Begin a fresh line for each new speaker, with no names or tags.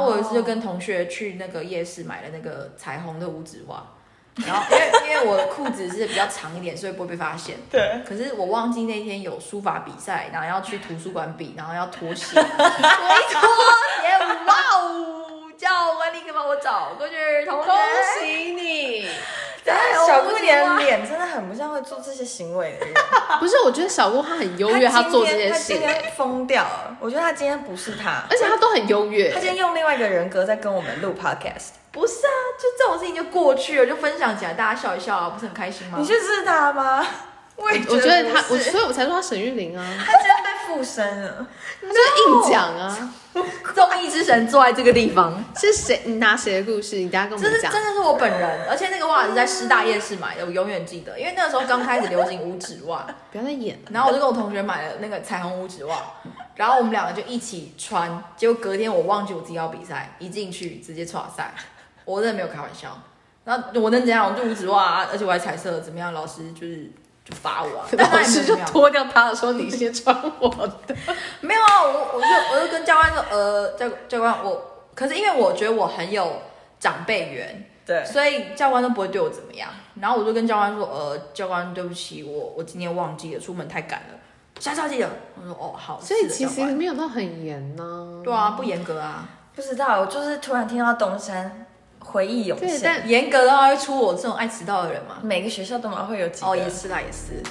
我有一次就跟同学去那个夜市买了那个彩虹的五指袜，然后因为因为我的裤子是比较长一点，所以不会被发现。
对，
可是我忘记那天有书法比赛，然后要去图书馆比，然后要脱鞋，我一脱鞋，哇哦！叫管理给帮我找过去，同学
恭。喜你！
对
哎
小顾你的
我不知道
脸真的很不像会做这些行为 的人，
不是，我觉得小郭他很优越，他做这些
他
事
今，天疯掉了。我觉得他今天不是他，
而且他都很优越
他。今天用另外一个人格在跟我们录 podcast。
不是啊，就这种事情就过去了，就分享起来，大家笑一笑啊，不是很开心吗？
你就是他吗？我也
嗯我觉得他，
不
我
是
所以我才说他沈玉玲啊，
他今天被附身了。
他就是硬讲啊。
综艺之神坐在这个地方，
是谁？你拿谁的故事？你等一下跟我
这
们
是
讲。
真的是我本人，而且那个袜子在师大夜市买的，我永远记得，因为那个时候刚开始流行五指袜，
不要再演 了。
然后我就跟我同学买了那个彩虹五指袜，然后我们两个就一起穿，结果隔天我忘记我自己要比赛，一进去直接垮赛，我真的没有开玩笑。然后我能怎样？我就五指袜、啊，而且我还彩色，怎么样？老师就是就罚我、啊，但他
老
也没
师
有
就
怎么样
脱掉他的说：“你先穿我的。
没有啊，我我就我就跟教官说，呃，教教官我，可是因为我觉得我很有长辈缘，
对，
所以教官都不会对我怎么样。然后我就跟教官说，呃，教官对不起，我我今天忘记了，出门太赶了，下次要记得。我说哦好，”
所以
是的
其
教
实嗯
官
没有到很严呢。
对啊，不严格啊，
不知道，我就是突然听到东山，回忆涌
对，
现。
但
严格的话会出我这种爱迟到的人嘛。
每个学校都蛮会有几个。
哦哦，也是啦，也是。